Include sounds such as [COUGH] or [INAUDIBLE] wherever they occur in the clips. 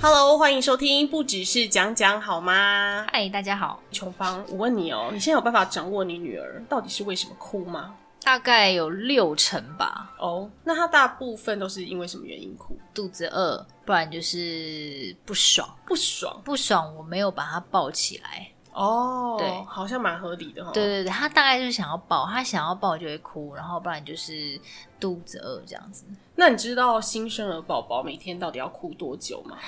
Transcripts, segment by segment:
Hello，欢迎收听，不只是讲讲好吗？嗨，大家好。琼芳，我问你哦，你现在有办法掌握你女儿到底是为什么哭吗？大概有六成吧，哦、那她大部分都是因为什么原因哭？肚子饿，不然就是不爽。不爽不爽，我没有把他抱起来。哦，对好像蛮合理的哈、哦。对，对对，他大概就是想要抱，他想要抱就会哭，然后不然就是肚子饿这样子。那你知道新生儿宝宝每天到底要哭多久吗？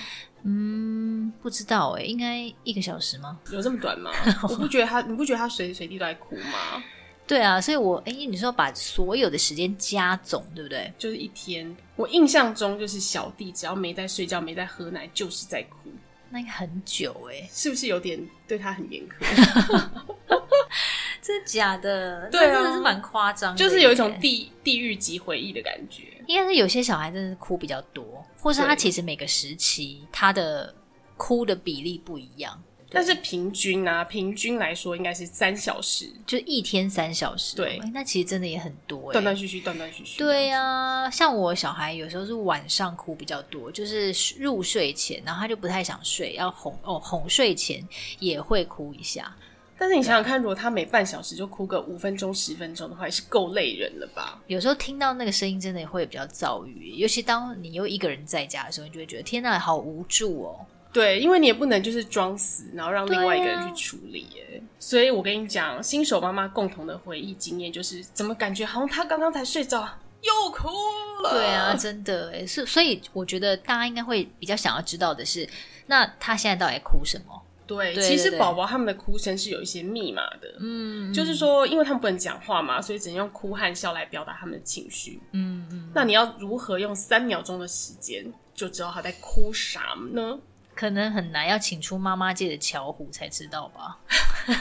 嗯，不知道哎、应该一个小时吗？有这么 [LAUGHS] 短吗？我不觉得她，你不觉得她随时随地都在哭吗？对啊，所以我哎、你说把所有的时间加总，对不对？就是一天，我印象中就是小弟只要没在睡觉、没在喝奶，就是在哭，那应该很久哎、是不是有点对他很严苛？真的假的？对啊那真的是蛮夸张的耶，就是有一种地地狱级回忆的感觉。应该是有些小孩真的是哭比较多，或是他对其实每个时期他的哭的比例不一样，但是平均啊，平均来说应该是三小时，就一天三小时哦，对诶那其实真的也很多、断断欸。续续，断断续续。对呀、呀、像我小孩有时候是晚上哭比较多，就是入睡前，然后他就不太想睡，要哄哦哄睡前也会哭一下。但是你想想看，如果他每半小时就哭个五分钟、十分钟的话，也是够累人了吧？有时候听到那个声音，真的也会比较躁郁，尤其当你又一个人在家的时候，你就会觉得天呐，好无助哦。对，因为你也不能就是装死，然后让另外一个人对啊去处理耶。所以我跟你讲，新手妈妈共同的回忆经验就是，怎么感觉好像她刚刚才睡着，又哭了。 [LAUGHS] 对啊，，真的诶，是所以我觉得大家应该会比较想要知道的是，那他现在到底在哭什么？对，对其对实对宝宝他们的哭声是有一些密码的。嗯就是说，因为他们不能讲话嘛，所以只能用哭和笑来表达他们的情绪。嗯嗯，那你要如何用三秒钟的时间就知道他在哭啥 [LAUGHS] 呢？可能很难要请出妈妈界的巧虎才知道吧。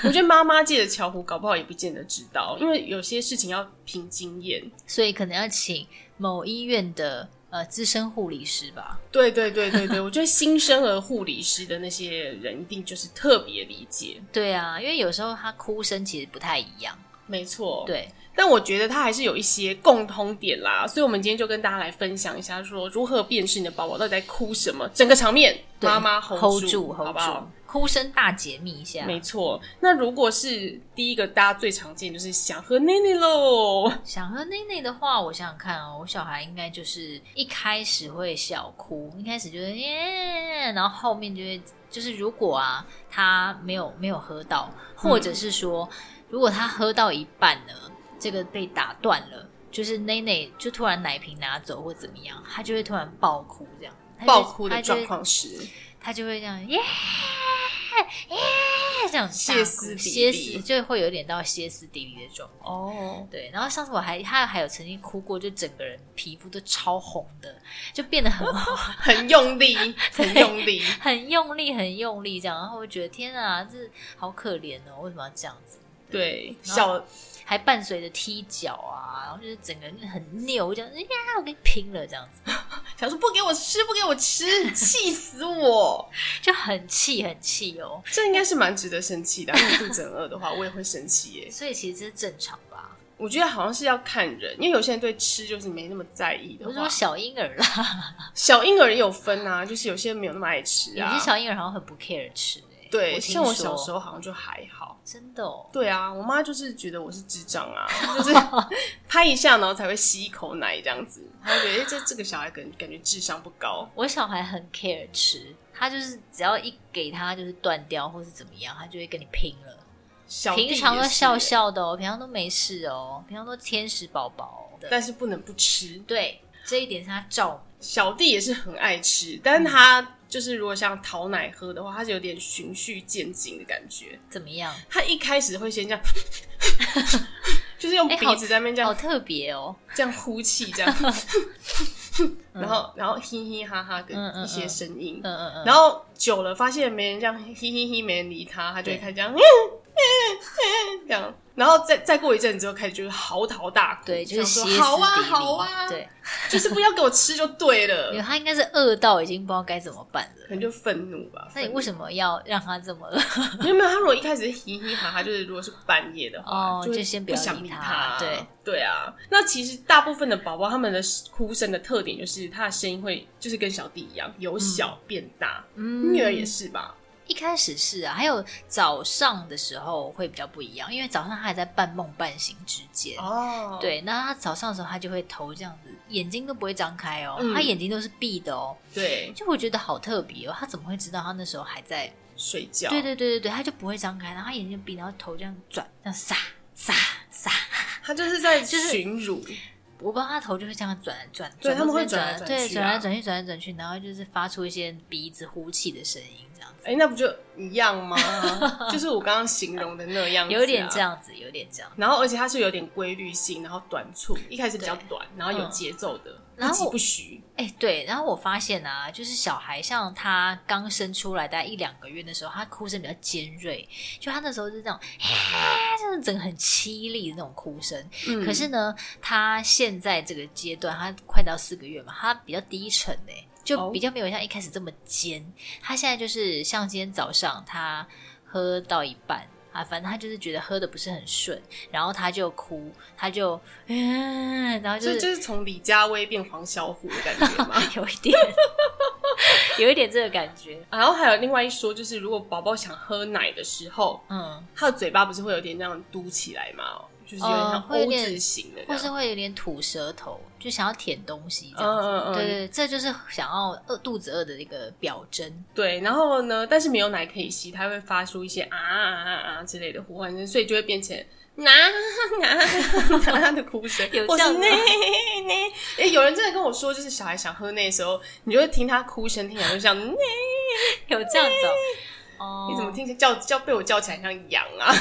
我觉得妈妈界的巧虎搞不好也不见得知道，因为有些事情要凭经验。所以可能要请某医院的呃资深护理师吧。对对对对 [LAUGHS] 对，我觉得新生儿护理师的那些人一定就是特别理解，对啊，因为有时候他哭声其实不太一样。没错。，对，但我觉得他还是有一些共通点啦，所以我们今天就跟大家来分享一下说如何辨识你的宝宝到底在哭什么，整个场面对妈妈 hold 住好 hold 不好住？，哭声大解密一下。没错，那如果是第一个，大家最常见就是想喝奶奶喽， [LAUGHS] 想喝内内的话，我想想看哦，我小孩应该就是一开始会小哭，一开始就是耶，然后后面就会就是如果啊他没有没有喝到，或嗯者是说、如果他喝到一半呢，这个被打断了，就是内内就突然奶瓶拿走或怎么样，他就会突然爆哭这样。他就爆哭的他就会状况是，他就会这样耶耶这样大哭歇斯底歇里斯，就会有点到歇斯底里的状况。哦，对，然后上次我还他还有曾经哭过，就整个人皮肤都超红的，就变得很很用力，很用力。 [LAUGHS] 很用力、很用力这样，然后我觉得天啊，这好可怜哦，为什么要这样子？对，然小还伴随着踢脚啊，然后就是整个人就很扭，这样呀，我跟你拼了这样子，想说不给我吃，不给我吃，气死我！就很气很气哦。这应该是蛮值得生气的啊。如果肚子很饿的话，我也会生气耶。所以其实这是正常吧？我觉得好像是要看人，因为有些人对吃就是没那么在意的我是话说。小婴儿啦，小婴儿也有分啊，就是有些人没有那么爱吃有啊些。小婴儿好像很不 care 吃、欸，对，我听像我小说时候好像就还好。真的哦，对啊，我妈就是觉得我是智障 [LAUGHS] 啊，就是拍一下，然后才会吸一口奶这样子。她就觉得、诶这这个小孩感感觉智商不高。我小孩很 care 吃，他就是只要一给他就是断掉或是怎么样，他就会跟你拼了。小弟平常都也是欸笑，笑的哦，平常都没事哦，平常都天使宝宝、哦。但是不能不吃。对这一点是他照我们小弟也是很爱吃，但嗯是他就是如果像讨奶喝的话，他是有点循序渐进的感觉。怎么样，他一开始会先这样， [LAUGHS] 就是用诶鼻哎好子在那边这样、好特别哦。这样呼气这 [LAUGHS] 样，然后然后嘻嘻哈哈嗯的嗯一些嗯声音，嗯嗯嗯，然后久了，发现没人这样嘿嘿嘿，没人理他，他就会对开始这样，嗯 [LAUGHS] 这样，然后再再过一阵子之后开始就是嚎啕大哭，对，就是想歇说斯好啊底里，好啊，，对，就是不要给我吃就对 [LAUGHS] 因为了，他应该是饿到已经不知道该怎么办了可。能就愤怒吧。那你为什么要让他这么饿？ [LAUGHS] 没有没有，他如果一开始是嘻嘻哈哈，就是如果是半夜的话，哦就就会先不不要想理他他。对对啊，那其实大部分的宝宝他们的哭声的特点就是他的声音会就是跟小弟一样由小变大，嗯女儿也是吧？一开始是啊，还有早上的时候会比较不一样，因为早上他还在半梦半醒之间。哦，对，那他早上的时候，他就会头这样子，眼睛都不会张开哦，嗯他眼睛都是闭的哦，对，就我觉得好特别哦，他怎么会知道他那时候还在？睡觉，对对对对对，他就不会张开，然后他眼睛闭，然后头这样转，这样撒撒撒，他就是在 [LAUGHS] 就是寻乳，我不知道他头就会这样转转，对转他们会转转来转对，去转啊来转去，转来转去，然后就是发出一些鼻子呼气的声音，这样子，哎、那不就一样 [LAUGHS] 吗？就是我刚刚形容的那样、啊有点这。样子，有点这样。然后，而且它是有点规律性，然后短促，一开始比较对短，然后有嗯节奏的，然不后急我不徐。哎、对，然后我发现啊，就是小孩像他刚生出来大概一两个月的时候，他哭声比较尖锐，就他那时候是那种，就是整个很凄厉的那种哭声。嗯可是呢，他现在这个阶段，他快到四个月嘛，他比较低沉哎、哦就比较没有像一开始这么尖。他现在就是像今天早上，他喝到一半啊，反正他就是觉得喝的不是很顺，然后他就哭，他就嗯，然后就所以是就是从李佳薇变黄小虎的感觉 [LAUGHS] 嘛。有一点，有一点这个感觉。然后还有另外一说，就是如果宝宝想喝奶的时候，嗯，他的嘴巴不是会有点那样嘟起来嘛，就是有点像哦会有 O 点字形的这或是样。会有点吐舌头，就想要舔东西这嗯样子。嗯嗯，对对对，这就是想要饿肚子饿的一个表征。对，然后呢，但是没有奶可以吸，它会发出一些啊啊啊啊之类的呼唤声，所以就会变成啊呐呐呐啊的哭声，有或这是样吗呢呢。哎、有人真的跟我说，就是小孩想喝奶的时候，你就会听他哭声，听起来就像呢。 [LAUGHS] 有这样子哦？哦你怎么？听起来叫叫被我叫起来像羊啊？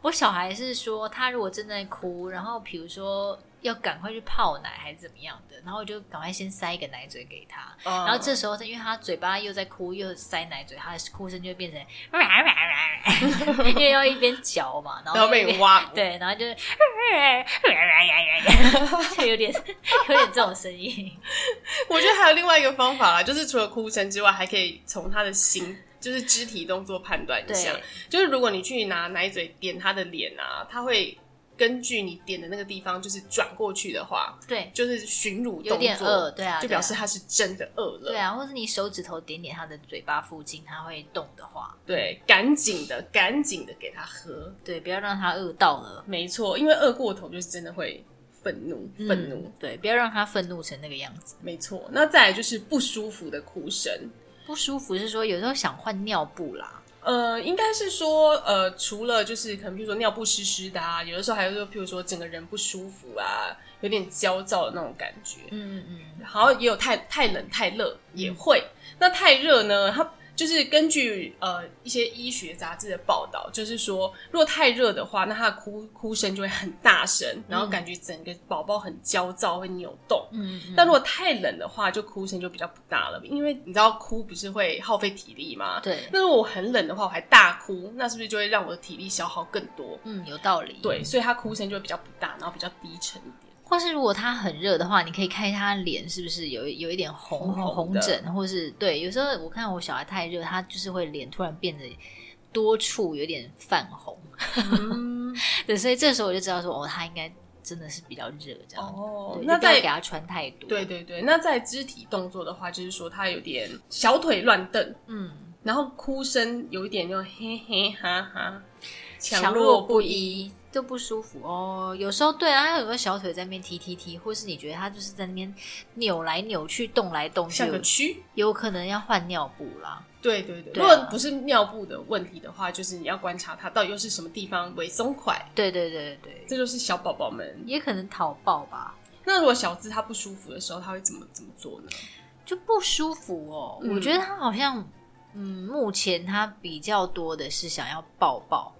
我小孩是说，他如果正在哭，然后比如说要赶快去泡奶还是怎么样的，然后我就赶快先塞一个奶嘴给他。然 [LAUGHS] 然后这时候他，因为他嘴巴又在哭，又塞奶嘴，他的哭声就会变成， [LAUGHS] 因为要一边嚼嘛，然后然后一被边你挖，对，然后就是就有点有点这种声音，我觉得还有另外一个方法啦，就是除了哭声之外，还可以从他的心，就是肢体动作判断一下对。就是如果你去拿奶嘴点他的脸啊，他会根据你点的那个地方，就是转过去的话，对就是寻乳动作，有点饿，对啊，就对啊表示他是真的饿了。对啊，或是你手指头点点他的嘴巴附近，他会动的话，对赶紧的，赶紧的给他喝。对，不要让他饿到了。没错，因为饿过头就是真的会愤怒，愤怒。嗯对，不要让他愤怒成那个样子。没错，那再来就是不舒服的哭声，不舒服是说有时候想换尿布啦，呃，应该是说，呃，除了就是可能，譬如说尿布湿湿的啊，有的时候还会说，譬如说整个人不舒服啊，有点焦躁的那种感觉。嗯嗯嗯，然后也有太太冷、太热也会。那太热呢，它就是根据呃一些医学杂志的报道，就是说，如果太热的话，那它的哭哭声就会很大声，然后感觉整个宝宝很焦躁，会扭动。嗯嗯但如果太冷的话，就哭声就比较不大了，因为你知道哭不是会耗费体力吗？对，那如果我很冷的话，我还大哭，那是不是就会让我的体力消耗更多？嗯，有道理。对，，所以他哭声就会比较不大，然后比较低沉一点。或是如果他很热的话，你可以看一下他脸是不是有有一点红红红红红的疹，或是对，有时候我看我小孩太热，他就是会脸突然变得多处有点泛红，嗯， [LAUGHS] 对，所以这时候我就知道说，哦，他应该真的是比较热这样。哦，对，那就不要在给他穿太多。对，对对，那在肢体动作的话，就是说他有点小腿乱蹬，嗯，然后哭声有一点就嘿嘿哈哈，强弱弱不。一就不舒服哦。有时候对啊，他有时候小腿在那边踢踢踢，或是你觉得他就是在那边扭来扭去、动来动去像，个蛆，有可能要换尿布啦。对对对。对如啊果不是尿布的问题的话，就是你要观察他到底又是什么地方为松快，对对对对对，这就是小宝宝们。也可能讨抱吧。那如果小智他不舒服的时候，他会怎么怎么做呢？就不舒服哦。嗯我觉得他好像，嗯，目前他比较多的是想要抱抱，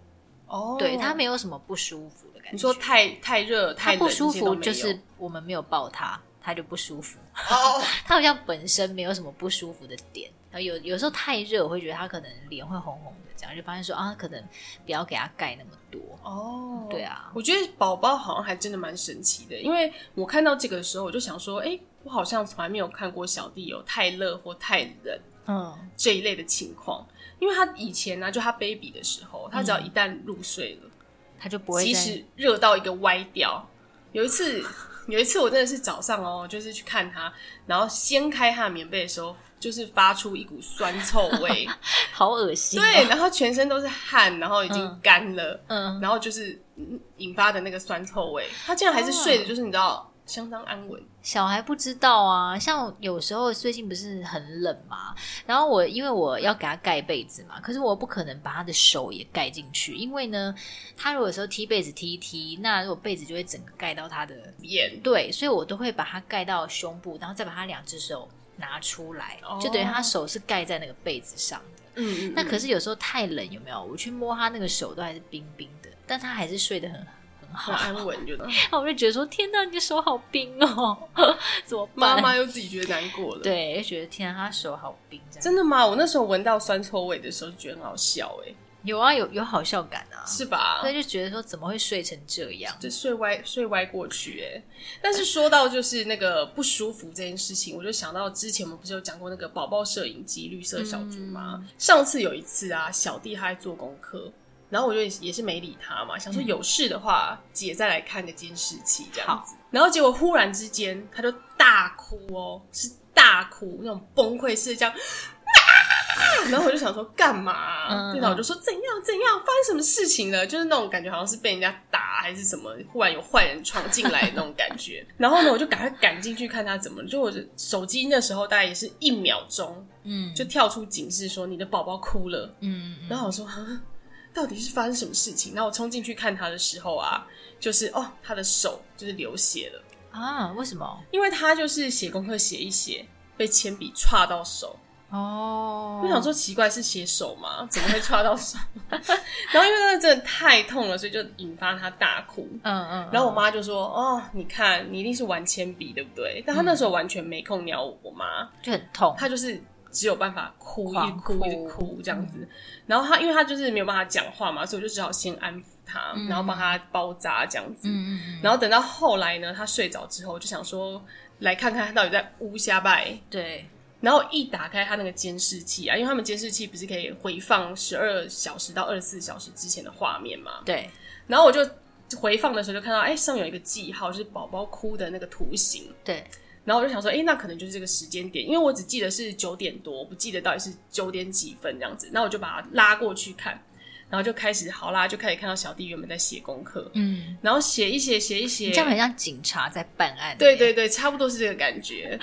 哦对他没有什么不舒服的感觉。你说太太热、太冷他不舒这些都服，没有就是我们没有抱他，他就不舒服。 [LAUGHS] 哦，他好像本身没有什么不舒服的点，然后有有时候太热，我会觉得他可能脸会红红的，这样就发现说啊，可能不要给他盖那么多。哦对啊，我觉得宝宝好像还真的蛮神奇的，因为我看到这个的时候，我就想说，哎、我好像从来没有看过小弟有太热或太冷嗯，这一类的情况，因为他以前啊呢、就他 baby 的时候，他只要一旦入睡了，他就嗯不会即再使热到一个歪掉。有一次， [LAUGHS] 有一次我真的是早上哦，就是去看他，然后掀开他的棉被的时候，就是发出一股酸臭味，好恶心、哦。对，，然后全身都是汗，然后已经嗯干了。嗯，然后就是嗯引发的那个酸臭味，他竟然还是睡的，就是你知道相当安稳。小孩不知道啊，像有时候最近不是很冷嘛，然后我因为我要给他盖被子嘛，可是我不可能把他的手也盖进去，因为呢，他如果有时候踢被子踢一踢，那如果被子就会整个盖到他的眼对，所以我都会把它盖到胸部，然后再把他两只手拿出来，哦就等于他手是盖在那个被子上的。嗯嗯那可是有时候太冷，有没有？我去摸他那个手都还是冰冰的，但他还是睡得很很很好。 [LAUGHS] 安稳，觉得那我就觉得说，天哪，你的手好冰哦， [LAUGHS] 怎么妈办？妈又自己觉得难过了。，对，就觉得天啊哪，他手好冰，这样真的吗？我那时候闻到酸臭味的时候，就觉得很好笑、欸，有啊，有有好笑感啊哎，。是吧所？以就觉得说，怎么会睡成这样？就睡歪睡歪过去、欸，哎。但是说到就是那个不舒服这件事情，我就想到之前我们不是有讲过那个宝宝摄影机绿色小猪吗？上次有一次啊，小弟他在做功课。然后我就也是没理他嘛，想说有事的话，姐再来看个监视器这样子。然后结果忽然之间，他就大哭哦，是大哭那种崩溃式这样。啊、然后我就想说干嘛、嗯对然后我就说怎样怎样，发生什么事情了？就是那种感觉，好像是被人家打还是什么，忽然有坏人闯进来的那种感 [LAUGHS] 觉。然后呢，我就赶快赶进去看他怎么了。就我的手机那时候大概也是一秒钟，嗯，就跳出警示说你的宝宝哭了。嗯，嗯然后我说，哼到底是发生什么事情？然后我冲进去看他的时候啊，就是哦，他的手就是流血了，啊，为什么？因为他就是写功课写一写，被铅笔戳到手。哦，我想说奇怪，是写手吗？怎么会戳到手？ [LAUGHS] 然后因为那个真的太痛了，所以就引发他大哭。嗯，嗯嗯，然后我妈就说：“哦，你看，你一定是玩铅笔，对不对？”但她那时候完全没空鸟我妈，就很痛，他就是只有办法哭，一狂直哭哭一直哭这样子。然后他因为他就是没有办法讲话嘛，所以我就只好先安抚他，然后帮他包扎这样子。嗯嗯嗯。然后等到后来呢，他睡着之后，我就想说来看看他到底在乌瞎拜。对，然后一打开他那个监视器啊，因为他们监视器不是可以回放十二小时到二十四小时之前的画面嘛，对，然后我就回放的时候就看到，哎、上面有一个记号，就是宝宝哭的那个图形。对，然后我就想说，哎诶，那可能就是这个时间点，因为我只记得是九点多，我不记得到底是九点几分这样子。那我就把它拉过去看，然后就开始好啦，就开始看到小弟原本在写功课，嗯，然后写一写写一写，这样很像警察在办案。对，对对，差不多是这个感 [LAUGHS] 觉。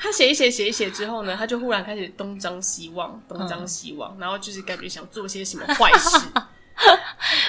他写一写写一写之后呢，他就忽然开始东张西望，东张西望，然后就是感觉想做些什么坏事。 [LAUGHS]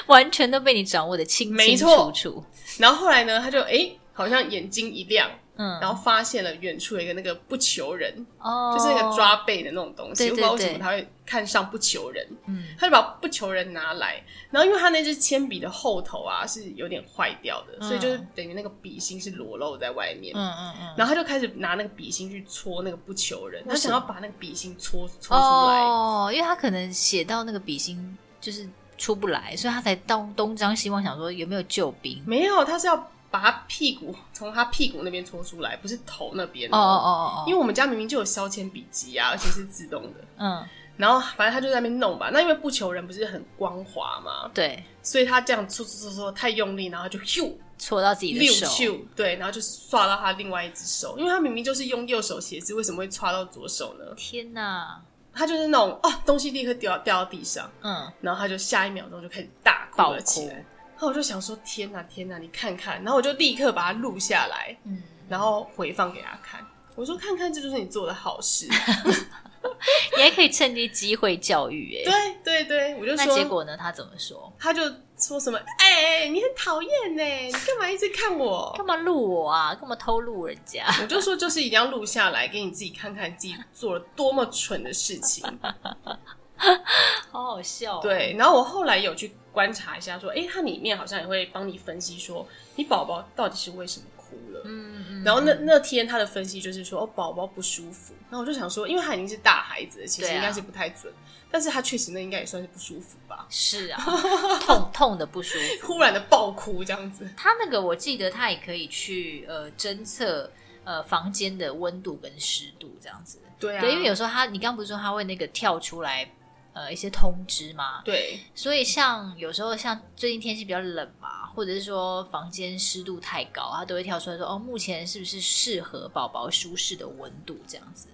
完全都被你掌握的清没清错楚楚。然后后来呢，他就诶，好像眼睛一亮，嗯，然后发现了远处有一个那个不求人，哦，就是那个抓背的那种东西，对对我不知道为对什么他会看上不求人，嗯，他就把不求人拿来，然后因为他那支铅笔的后头啊是有点坏掉的，嗯所以就是等于那个笔芯是裸露在外面，嗯，嗯嗯嗯，然后他就开始拿那个笔芯去戳那个不求人，他为什想么要把那个笔芯戳戳出来，哦，因为他可能写到那个笔芯就是出不来，所以他才东东张西望，想说有没有救兵。没有，他是要把他屁股从他屁股那边戳出来，不是头那边哦哦哦哦，因为为我们家明明就有削铅笔机啊，而且是自动的。嗯，然后反正他就在那边弄吧，那因为不求人不是很光滑嘛，对，所以他这样搓搓搓搓太用力，然后就咻戳到自己的溜手，咻，对，然后就刷到他另外一只手，因为他明明就是用右手写字，为什么会刷到左手呢？天哪，他就是那种哦，东西立刻掉掉到地上，嗯，然后他就下一秒钟就开始大哭爆了起哭，来。然后我就想说，天哪，天哪，你看看，然后我就立刻把它录下来，嗯，然后回放给他看。我说，看看，这就是你做的好 [LAUGHS] 事。你还可以趁这机会教育哎。对对对，我就那结说，果呢？他怎么说？他就说什么，哎、你很讨厌呢，你干嘛一直看我？干嘛录我啊？干嘛偷录人家？ [LAUGHS] 我就说，就是一定要录下来，给你自己看看自己做了多么蠢的事 [LAUGHS] 情。好好笑、哦。对，然后我后来有去观察一下，说，哎、它里面好像也会帮你分析说，你宝宝到底是为什么哭了。了。嗯嗯，然后那那天他的分析就是说，哦，宝宝不舒服。然后我就想说，因为他已经是大孩子了，其实对啊应该是不太准，但是他确实那应该也算是不舒服吧，是 [LAUGHS] 啊，痛痛的不舒服。忽然的爆哭这样子。它那个我记得它也可以去呃侦测呃房间的温度跟湿度这样子。对啊，对，因为有时候它，你刚不是说它会那个跳出来呃一些通知吗？对所以像有时候像最近天气比较冷嘛，或者是说房间湿度太高，它都会跳出来说哦，目前是不是适合宝宝舒适的温度这样子。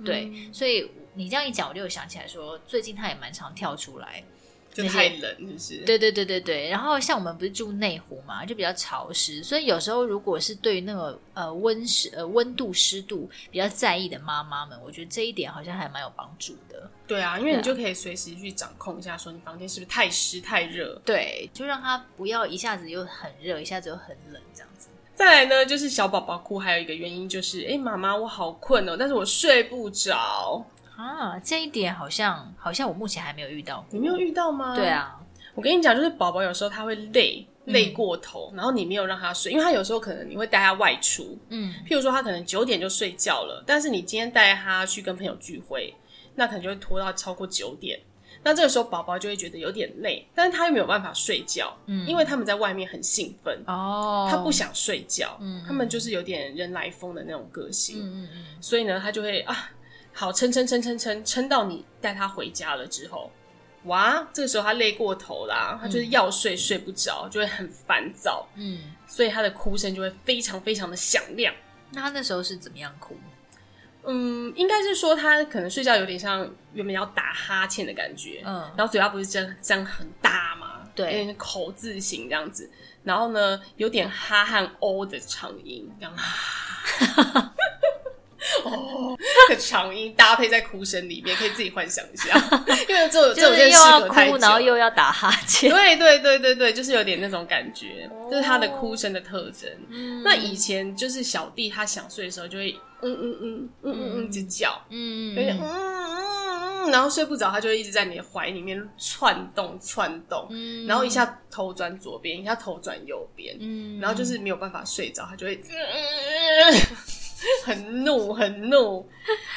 [LAUGHS] 对，嗯所以你这样一讲，我就有想起来说，最近它也蛮常跳出来就那些太冷是不是？对对对对对，然后像我们不是住内湖嘛，就比较潮湿，所以有时候如果是对于那个呃温湿呃温度湿度比较在意的妈妈们，我觉得这一点好像还蛮有帮助的。对啊，因为对你啊就可以随时去掌控一下，说你房间是不是太湿太热。对，就让她不要一下子又很热，一下子又很冷这样子。再来呢，就是小宝宝哭，还有一个原因就是，哎、妈妈我好困哦，但是我睡不着。啊，这一点好像好像我目前还没有遇到过。你没有遇到吗？对，啊，我跟你讲，就是宝宝有时候他会累，嗯累过头，然后你没有让他睡，因为他有时候可能你会带他外出，嗯，譬如说他可能九点就睡觉了，但是你今天带他去跟朋友聚会，那可能就会拖到超过九点。那这个时候宝宝就会觉得有点累，但是他又没有办法睡觉，嗯因为他们在外面很兴奋，哦，他不，想睡觉，嗯他们就是有点人来疯的那种个性，嗯嗯嗯，所以呢，他就会啊，好撑撑撑撑撑撑到你带他回家了之后，哇，这个时候他累过头啦，他就是要睡睡不着，就会很烦躁，嗯，所以他的哭声就会非常非常的响亮。那他那时候是怎么样哭？嗯，应该是说他可能睡觉有点像原本要打哈欠的感觉，嗯，然后嘴巴不是张张很大嘛，对有点口字形这样子，然后呢，有点哈和哦的长音，这样，哦的长音搭配在哭声里面，可以自己幻想一下，因为这这就我真是又的适要合太久哭，然后又要打哈欠。对对对对对，就是有点那种感觉，哦这、是他的哭声的特征。嗯那以前就是小弟他想睡的时候，就会嗯嗯嗯嗯嗯嗯一直叫，嗯，有点嗯嗯嗯，然后睡不着，他就会一直在你的怀里面窜动窜动，嗯然后一，下头转左边，一下头转右边，嗯然后就是没有办法睡着，他就会嗯嗯嗯嗯 [LAUGHS] 很怒很怒，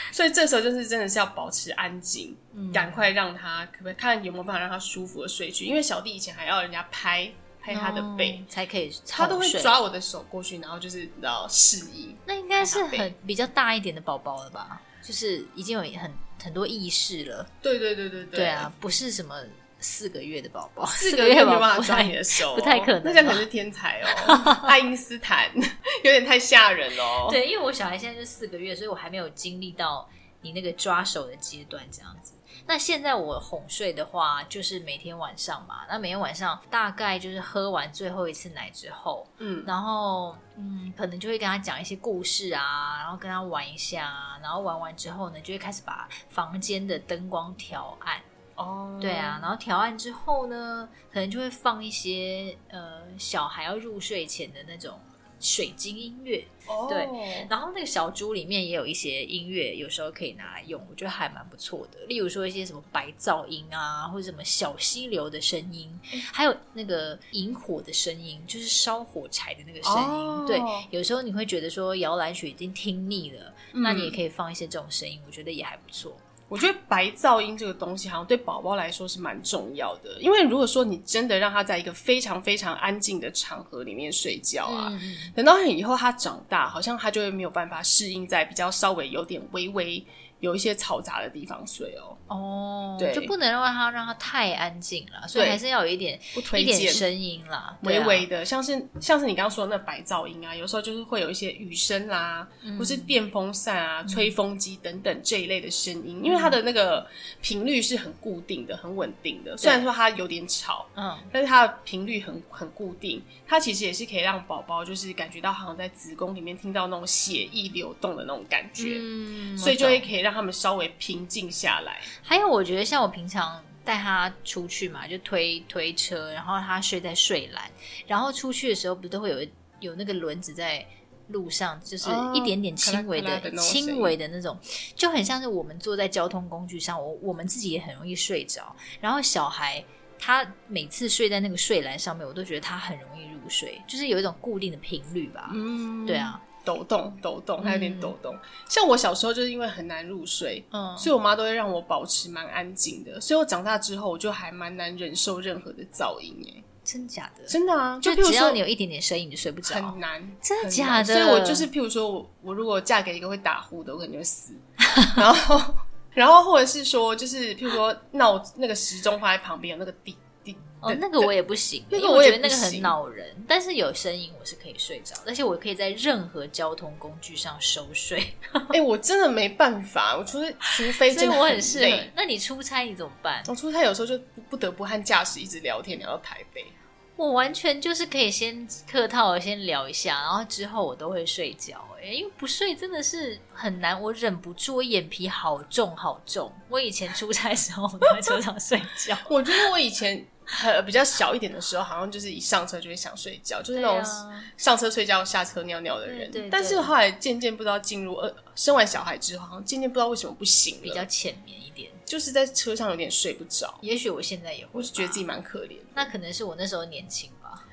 所以这时候就是真的是要保持安静，嗯赶快让他可不可以看有没有办法让他舒服的睡去，因为小弟以前还要人家拍拍他的背。哦才可以，他都会。抓我的手过去，然后就是然后示意，那应该是他很比较大一点的宝宝了吧？就是已经有很很多意识了。对对对对对，对啊，不是什么四个月的宝 [LAUGHS] 宝，四四个月没宝有办法宝不抓太你的手哦、不太可能吧那这样可能是天才 [LAUGHS] 哦，爱因斯坦 [LAUGHS] 有点太吓人哦。，对，因为我小孩现在就四个月，所以我还没有经历到你那个抓手的阶段这样子。那现在我哄睡的话，就是每天晚上嘛，那每天晚上大概就是喝完最后一次奶之后，嗯，然后嗯，可能就会跟他讲一些故事啊，然后跟他玩一下啊，然后玩完之后呢，就会开始把房间的灯光调暗。哦，对啊，，然后调暗之后呢，可能就会放一些呃小孩要入睡前的那种水晶音乐，哦，对，然后那个小猪里面也有一些音乐，有时候可以拿来用，我觉得还蛮不错的。例如说一些什么白噪音啊，或者什么小溪流的声音，嗯还有那个引火的声音，就是烧火柴的那个声音。哦对，有时候你会觉得说摇篮曲已经听腻了，嗯那你也可以放一些这种声音，我觉得也还不错。我觉得白噪音这个东西好像对宝宝来说是蛮重要的，因为如果说你真的让他在一个非常非常安静的场合里面睡觉啊。嗯嗯等到以后他长大，好像他就会没有办法适应在比较稍微有点微微有一些嘈杂的地方睡哦，哦，对就不能让它让它太安静了，所以对还是要有一点不一推点荐。声音啦，对微啊微的，像是像是你刚刚说的那白噪音啊，有时候就是会有一些雨声啦、嗯或是电风扇啊、吹风机等等这一类的声音，因为它的那个频率是很固定的、很稳定的。虽然说它有点吵，嗯。但是它的频率很很固定，它其实也是可以让宝宝就是感觉到好像在子宫里面听到那种血液流动的那种感觉，嗯，所以我就会懂可以让他们稍微平静下来。还有，我觉得像我平常带他出去嘛，就推推车，然后他睡在睡篮，然后出去的时候不都会有有那个轮子在路上，就是哦一点点轻微咔的啦咔啦的、那种声音轻微的那种，就很像是我们坐在交通工具上，我我们自己也很容易睡着，然后小孩。他每次睡在那个睡篮上面，我都觉得他很容易入睡，就是有一种固定的频率吧。嗯对，嗯啊，抖动抖动，还有点抖动。像我小时候就是因为很难入睡，嗯，所以我妈都会让我保持蛮安静的。所以我长大之后，我就还蛮难忍受任何的噪音、欸，真假的，真的啊，就譬如只要说你有一点点声音，你就睡不着很。难，真的很假难的？所以我就是，譬如说我我如果嫁给一个会打呼的，我可能就会死。 [LAUGHS] 然后，然后或者是说，就是譬如说闹那个时钟放在旁边有那个滴滴，哦，那个我也不行，那个因为我我也觉得那个不很行恼人。但是有声音我是可以睡着，而且我可以在任何交通工具上熟睡，哎、我真的没办法，我除非除非 [LAUGHS] 所以哎真的我很适合累。。那你出差你怎么办？我出差有时候就不不得不和驾驶一直聊天，聊到台北。我完全就是可以先客套的先聊一下，然后之后我都会睡觉、哎，因为不睡真的是很难，我忍不住，我眼皮好重好重。我以前出差的时候，我都在车上睡 [LAUGHS] 觉。我觉得我以前很比较小一点的时候，好像就是一上车就会想睡觉，就是那对种啊，嗯上车睡觉、下车尿尿的人。对对但是后来渐渐不知道进入呃生完小孩之后，好像渐渐不知道为什么不行了，比较浅眠一点。就是在车上有点睡不着。也许我现在也会吧，我是觉得自己蛮可怜的，那可能是我那时候年轻吧。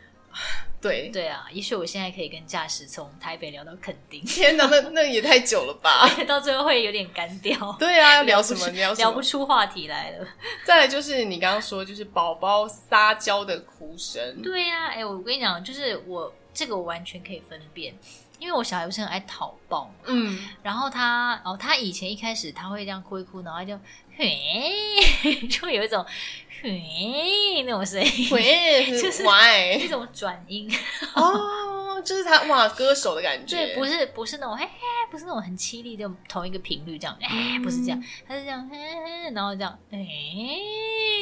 对，，对啊，也许我现在可以跟驾驶从台北聊到垦丁 [LAUGHS] 天哪，那那也太久了吧？到最后会有点干掉，对啊，要聊什么聊聊不出什不么？出话题来了。再来就是你刚刚说，就是宝宝撒娇的哭声，对呀、哎、我跟你讲，就是我这个我完全可以分辨，因为我小孩不是很爱讨抱，嗯， [LAUGHS] 然后他哦，他以前一开始他会这样哭一哭，然后他就 [LAUGHS] 嘿，就有一种 [LAUGHS] 嘿那种声音，喂，就是是 [LAUGHS] 一 [LAUGHS] why 种转音，哦，就是他哇，歌手的感觉对，，不是不是那种嘿嘿，不是那种很凄厉的同一个频率这样，哎、嗯不是这样，他是这样嘿嘿，然后这样哎、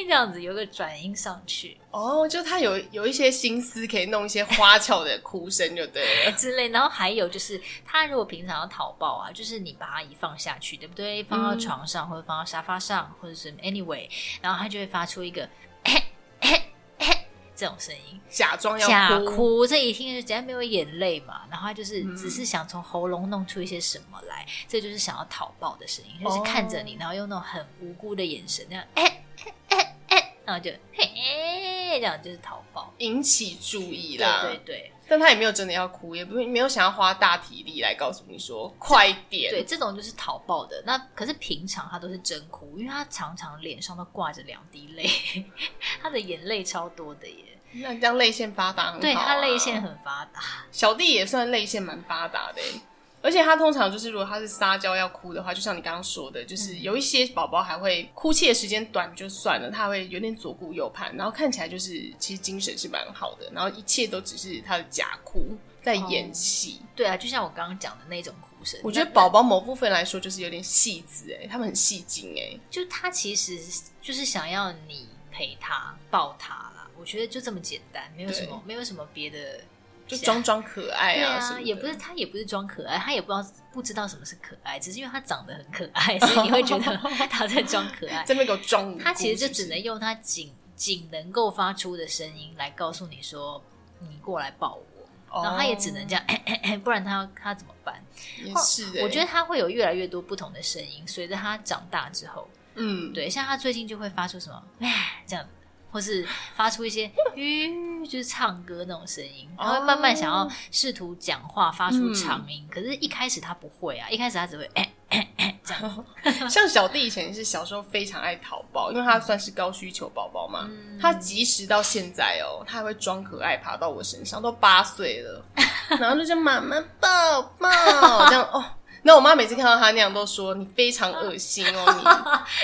这样子有一个转音上去哦，就他有有一些心思可以弄一些花俏的哭声，就对了。之类。然后还有就是，他如果平常要讨抱啊，就是你把它一放下去，对不对？放到嗯床上、或者放到沙发上或者什么，anyway，然后他就会发出一个这种声音，假装假要哭，哭，这一听就只要没有眼泪嘛，然后他就是只是想从喉咙弄出一些什么来，这就是想要讨抱的声音，就是看着你，哦然后用那种很无辜的眼神，那样哎哎哎哎，然后就嘿哎，这样就是讨抱。引起注意对啦。对对但他也没有真的要哭，也不没有想要花大体力来告诉你说快点。对，，这种就是讨抱的。那可是平常他都是真哭，因为他常常脸上都挂着两滴泪， [LAUGHS] 他的眼泪超多的耶。那这样泪腺发达很好、啊。对他泪腺，很发达，小弟也算泪腺蛮发达的欸、而且他通常就是，如果他是撒娇要哭的话，就像你刚刚说的，嗯就是有一些宝宝还会哭泣的时间短就算了，他还会有点左顾右盼，然后看起来就是其实精神是蛮好的，然后一切都只是他的假哭在演戏。对啊，就像我刚刚讲的那种哭声。我觉得那宝宝某部分来说就是有点戏子哎、他们很戏精哎、就他其实就是想要你陪他抱他啦，我觉得就这么简单，没有什么没有什么别的，就装装可爱啊对什么啊，的也不是他也不是装可爱，他也不知道不知道什么是可爱，只是因为他长得很可 [LAUGHS] 爱，所以你会觉得 [LAUGHS] 他在装可爱。在那边给我装无辜。他其实就是只不能是用他仅仅能够发出的声音来告诉你说你过来抱我，然后他也只能这样， [COUGHS] 不然他他怎么办？哦也是、欸，我觉得他会有越来越多不同的声音，随着他长大之后。嗯，对，像他最近就会发出什么唉这样子，或是发出一些吁，就是唱歌那种声音。他会慢慢想要试图讲话，发出长音，可是一开始他不会啊，一开始他只会嗯哎哎哎这样 [LAUGHS] 子。像小弟以前是小时候非常爱淘宝，因为他算是高需求宝宝嘛。嗯他即使到现在哦，他还会装可爱爬到我身上，都八岁 [LAUGHS] 了，然后就叫妈妈抱抱这样哦。那我妈每次看到他那样都说你非常恶心哦，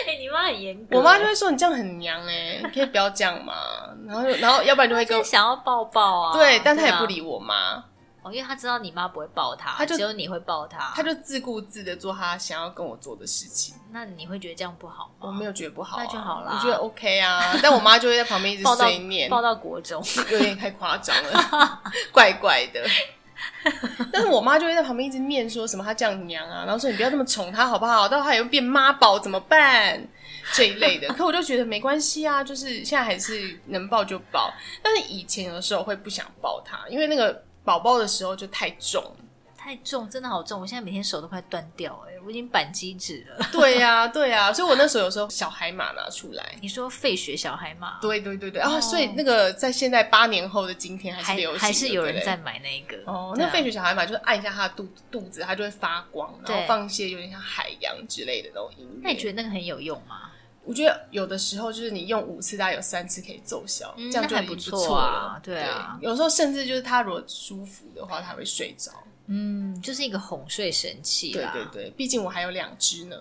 哎、你妈很严 [LAUGHS] 你格，我妈就会说你这样很娘哎、你可以不要这样嘛。然后就然后要不然就会跟就我是想要抱抱啊，对，但她也啊不理我妈。哦，因为他知道你妈不会抱他，他就只有你会抱他，他就自顾自的做他想要跟我做的事情，那你会觉得这样不好吗？我没有觉得不好、啊，那就好啦我觉得 OK 啊，但我妈就会在旁边一直抱到碎念，抱到国中，有点太夸张 [LAUGHS] 了，怪怪的。但是我妈就会在旁边一直念说什么她这样娘啊，然后说你不要这么宠她好不好，到时候她也会变妈宝怎么办这一类的。可我就觉得没关系啊，就是现在还是能抱就抱。但是以前有的时候会不想抱她，因为那个宝宝的时候就太重，太重，真的好重，我现在每天手都快断掉哎、我已经扳机指了。 [LAUGHS] 对呀、对呀、所以我那时候有时候小海马拿出来。你说费雪小海马，对对对对啊、哦所以那个在现在八年后的今天还是还流行的还是有对人不对在买那个哦，对那啊费雪小海马就是按一下它的肚肚子，它就会发光，然后对放一些有点像海洋之类的那种音乐。那你觉得那个很有用吗？我觉得有的时候就是你用五次，大概有三次可以奏效，嗯这样就那还已经不错错了啊。对啊有时候甚至就是他如果舒服的话，他会睡着。嗯，就是一个哄睡神器对啦。对对，毕竟我还有两只呢。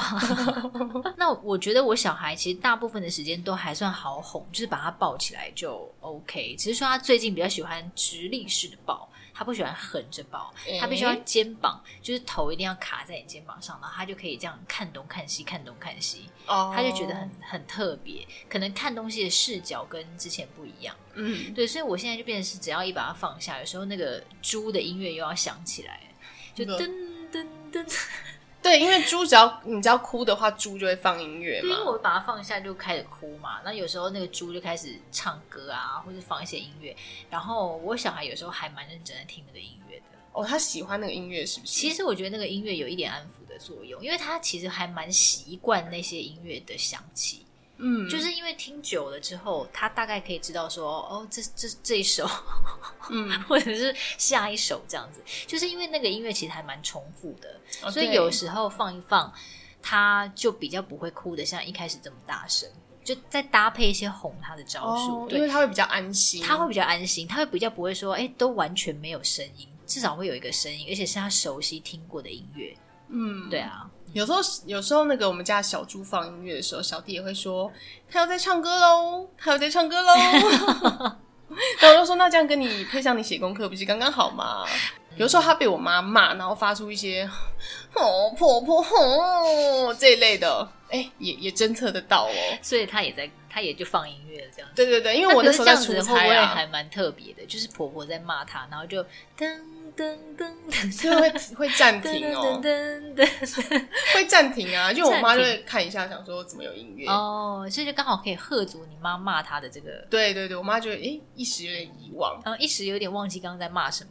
啊那我觉得我小孩其实大部分的时间都还算好哄，就是把他抱起来就 OK。只是说他最近比较喜欢直立式的抱，他不喜欢横着抱，他必须要诶肩膀，就是头一定要卡在你肩膀上，然后他就可以这样看东看西，看东看西，哦，他就觉得很很特别。可能看东西的视角跟之前不一样，嗯，对，所以我现在就变成是只要一把它放下，有时候那个猪的音乐又要响起来，就那个噔噔噔。对，因为猪只要你只要哭的话，猪就会放音乐对，因为嘛。我把它放下就开始哭嘛，那有时候那个猪就开始唱歌啊，或者放一些音乐，然后我小孩有时候还蛮认真的听那个音乐的。哦，他喜欢那个音乐是不是？其实我觉得那个音乐有一点安抚的作用，因为他其实还蛮习惯那些音乐的响起，嗯，就是因为听久了之后，他大概可以知道说，哦，这这这一首 [LAUGHS] 嗯，或者是下一首这样子，就是因为那个音乐其实还蛮重复的，哦所以对有时候放一放，他就比较不会哭的像一开始这么大声，就再搭配一些哄他的招数，哦，因对，为他会比较安心。他会比较安心，他会比较不会说，哎、都完全没有声音，至少会有一个声音，而且是他熟悉听过的音乐，嗯，对啊，有时候，有时候那个我们家小猪放音乐的时候，小弟也会说他要在唱歌喽，他要在唱 [LAUGHS] 歌喽。然后我就说，那这样跟你配上你写功课，不是刚刚好吗？有时候他被我妈骂，然后发出一些“哦婆婆哦”这一类的，哎、也也侦测得到哦。所以他也在，他也就放音乐了这样子。对对对，因为我那时候在那可出是这样子会差不会啊，还蛮特别的？就是婆婆在骂他，然后就噔噔噔噔就会会暂停哦 [LAUGHS] 噔，噔噔噔会暂停啊，因为我妈就暂会看一下，想说怎么有音乐。哦，所以就刚好可以喝足你妈骂他的这个，对对对，我妈就哎、诶一时有点遗忘。然后一时有点忘记刚刚在骂什么，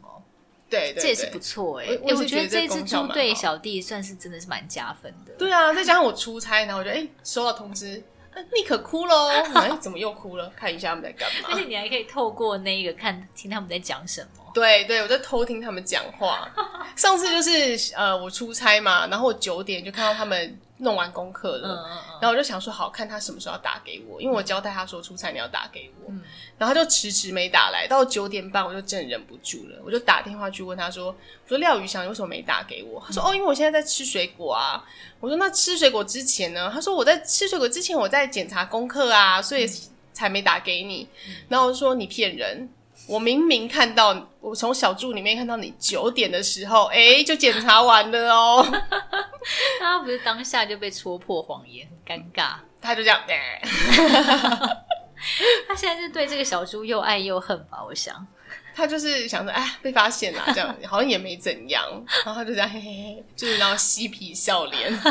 对对对，这也是不错哎、我欸我也是我觉觉得得这一只功效猪蛮对好小弟算是真的是蛮加分的。对啊，再加上我出差，然后我就哎、收到通知，呃立刻哭 [LAUGHS] 喽！哎、怎么又哭了？看一下他们在干而且嘛。你还可以透过那一个看听他们在讲什 [LAUGHS] 么。对对，我在偷听他们讲话。上次就是呃，我出差嘛，然后我九点就看到他们弄完功课嗯了，嗯然后我就想说，好看他什么时候要打给我，因为我交代他说出差你要打给我，嗯然后他就迟迟没打来，到九点半我就真的忍不住了，我就打电话去问他说，我说廖宇翔你为什么没打给我？他说哦，因为我现在在吃水果啊。我说那吃水果之前呢？他说我在吃水果之前我在检查功课啊，所以才没打给你。然后我就说你骗人。我明明看到，我从小助里面看到你九点的时候，哎、就检查完了哦。 [LAUGHS] 嗯，他不是当下就被戳破谎言，很尴尬。他就这样，哎他现在是对这个小猪又爱又恨吧？我想，他就是想着，哎，被发现了，这样好像也没怎样，然后他就这样，嘿嘿嘿，就是然后嬉皮笑脸。 [LAUGHS]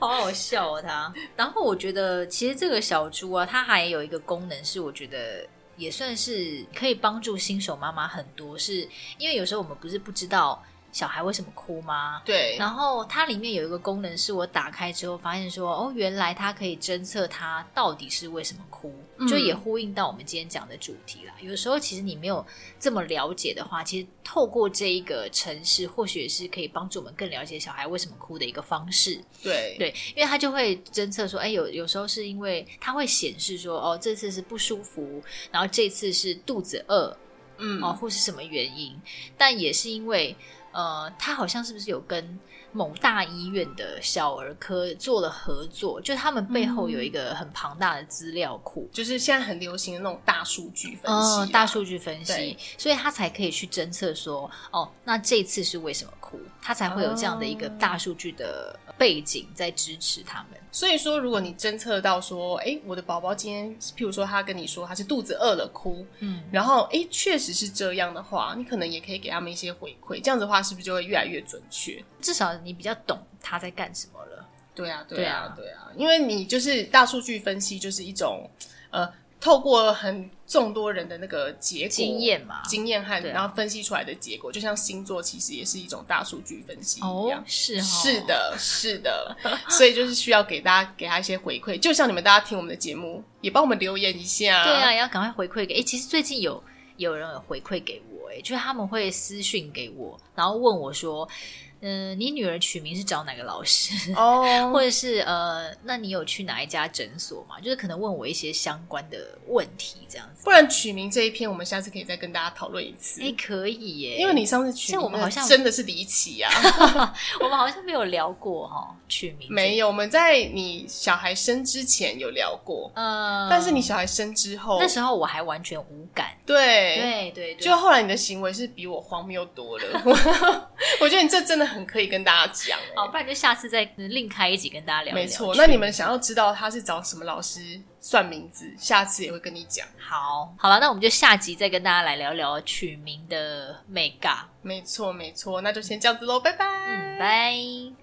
好好笑哦他。然后我觉得其实这个小猪啊，它还有一个功能是，我觉得。也算是可以帮助新手妈妈很多，是因为有时候我们不是不知道小孩为什么哭吗？对，然后它里面有一个功能，是我打开之后发现说，哦，原来它可以侦测它到底是为什么哭，嗯就也呼应到我们今天讲的主题啦。有时候其实你没有这么了解的话，其实透过这一个城市，或许也是可以帮助我们更了解小孩为什么哭的一个方式。对，对，因为它就会侦测说，哎，有有时候是因为它会显示说，哦，这次是不舒服，然后这次是肚子饿，嗯，哦，或是什么原因，但也是因为呃，他好像是不是有跟某大医院的小儿科做了合作，就他们背后有一个很庞大的资料库。就是现在很流行的那种大数据分析啊、嗯，大数据分析对，所以他才可以去侦测说，哦，那这次是为什么哭？他才会有这样的一个哦大数据的背景在支持他们。所以说，如果你侦测到说，哎、我的宝宝今天，譬如说他跟你说他是肚子饿了哭，嗯，然后哎，诶确、实是这样的话，你可能也可以给他们一些回馈，这样子的话是不是就会越来越准确？至少你比较懂他在干什么了。对啊，对对啊啊，对啊，因为你就是大数据分析，就是一种呃透过很众多人的那个结果经验嘛。经验和对啊然后分析出来的结果，就像星座其实也是一种大数据分析一哦样，。是哦，是，的，是 [LAUGHS] 的，所以就是需要给大家给他一些回馈，就像你们大家听我们的节目，也帮我们留言一下。对啊，，也要赶快回馈给。哎、其实最近有有人有回馈给我、哎，就是他们会私讯给我，然后问我说，嗯、你女儿取名是找哪个老师？ [LAUGHS] 哦，或者是呃，那你有去哪一家诊所吗？就是可能问我一些相关的问题，这样子。不然取名这一篇，我们下次可以再跟大家讨论一次哎、。可以耶、嗯因为你上次取名像我们好像真的是离奇啊，我们好像没有聊过哈，取名没有，有，我们在你小孩生之前有聊过，呃，但是你小孩生之后，那时候我还完全无感，对，对对对，就后来你的行为是比我荒谬多 [LAUGHS] 了，我觉得你这真的很可以跟大家讲、欸哦，不然就下次再另开一集跟大家聊一聊。没错，取那你们想要知道他是找什么老师算名字，下次也会跟你讲。好好了，那我们就下集再跟大家来聊聊取名的 mega。没错，没错，那就先这样子喽，拜拜。嗯，拜。